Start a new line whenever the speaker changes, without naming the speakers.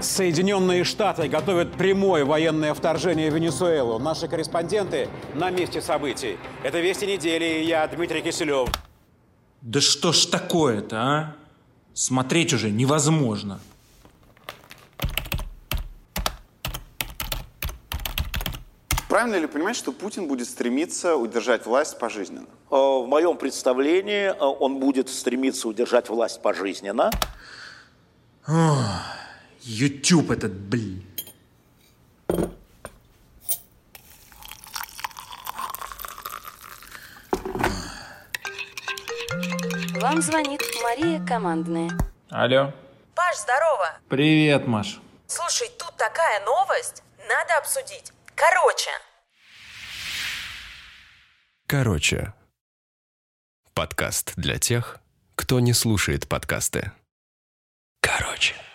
Соединенные Штаты готовят прямое военное вторжение в Венесуэлу. Наши корреспонденты на месте событий. Это «Вести недели» и я, Дмитрий Киселев.
Да что ж такое-то, а? Смотреть уже невозможно.
Правильно ли понимать, что Путин будет стремиться удержать власть пожизненно?
Э, В моем представлении э, он будет стремиться удержать власть пожизненно.
YouTube этот, блин.
Вам звонит Мария Командная.
Алло.
Паш, здорово.
Привет, Маш.
Слушай, тут такая новость. Надо обсудить. Короче,
Короче. Подкаст для тех, кто не слушает подкасты. Короче.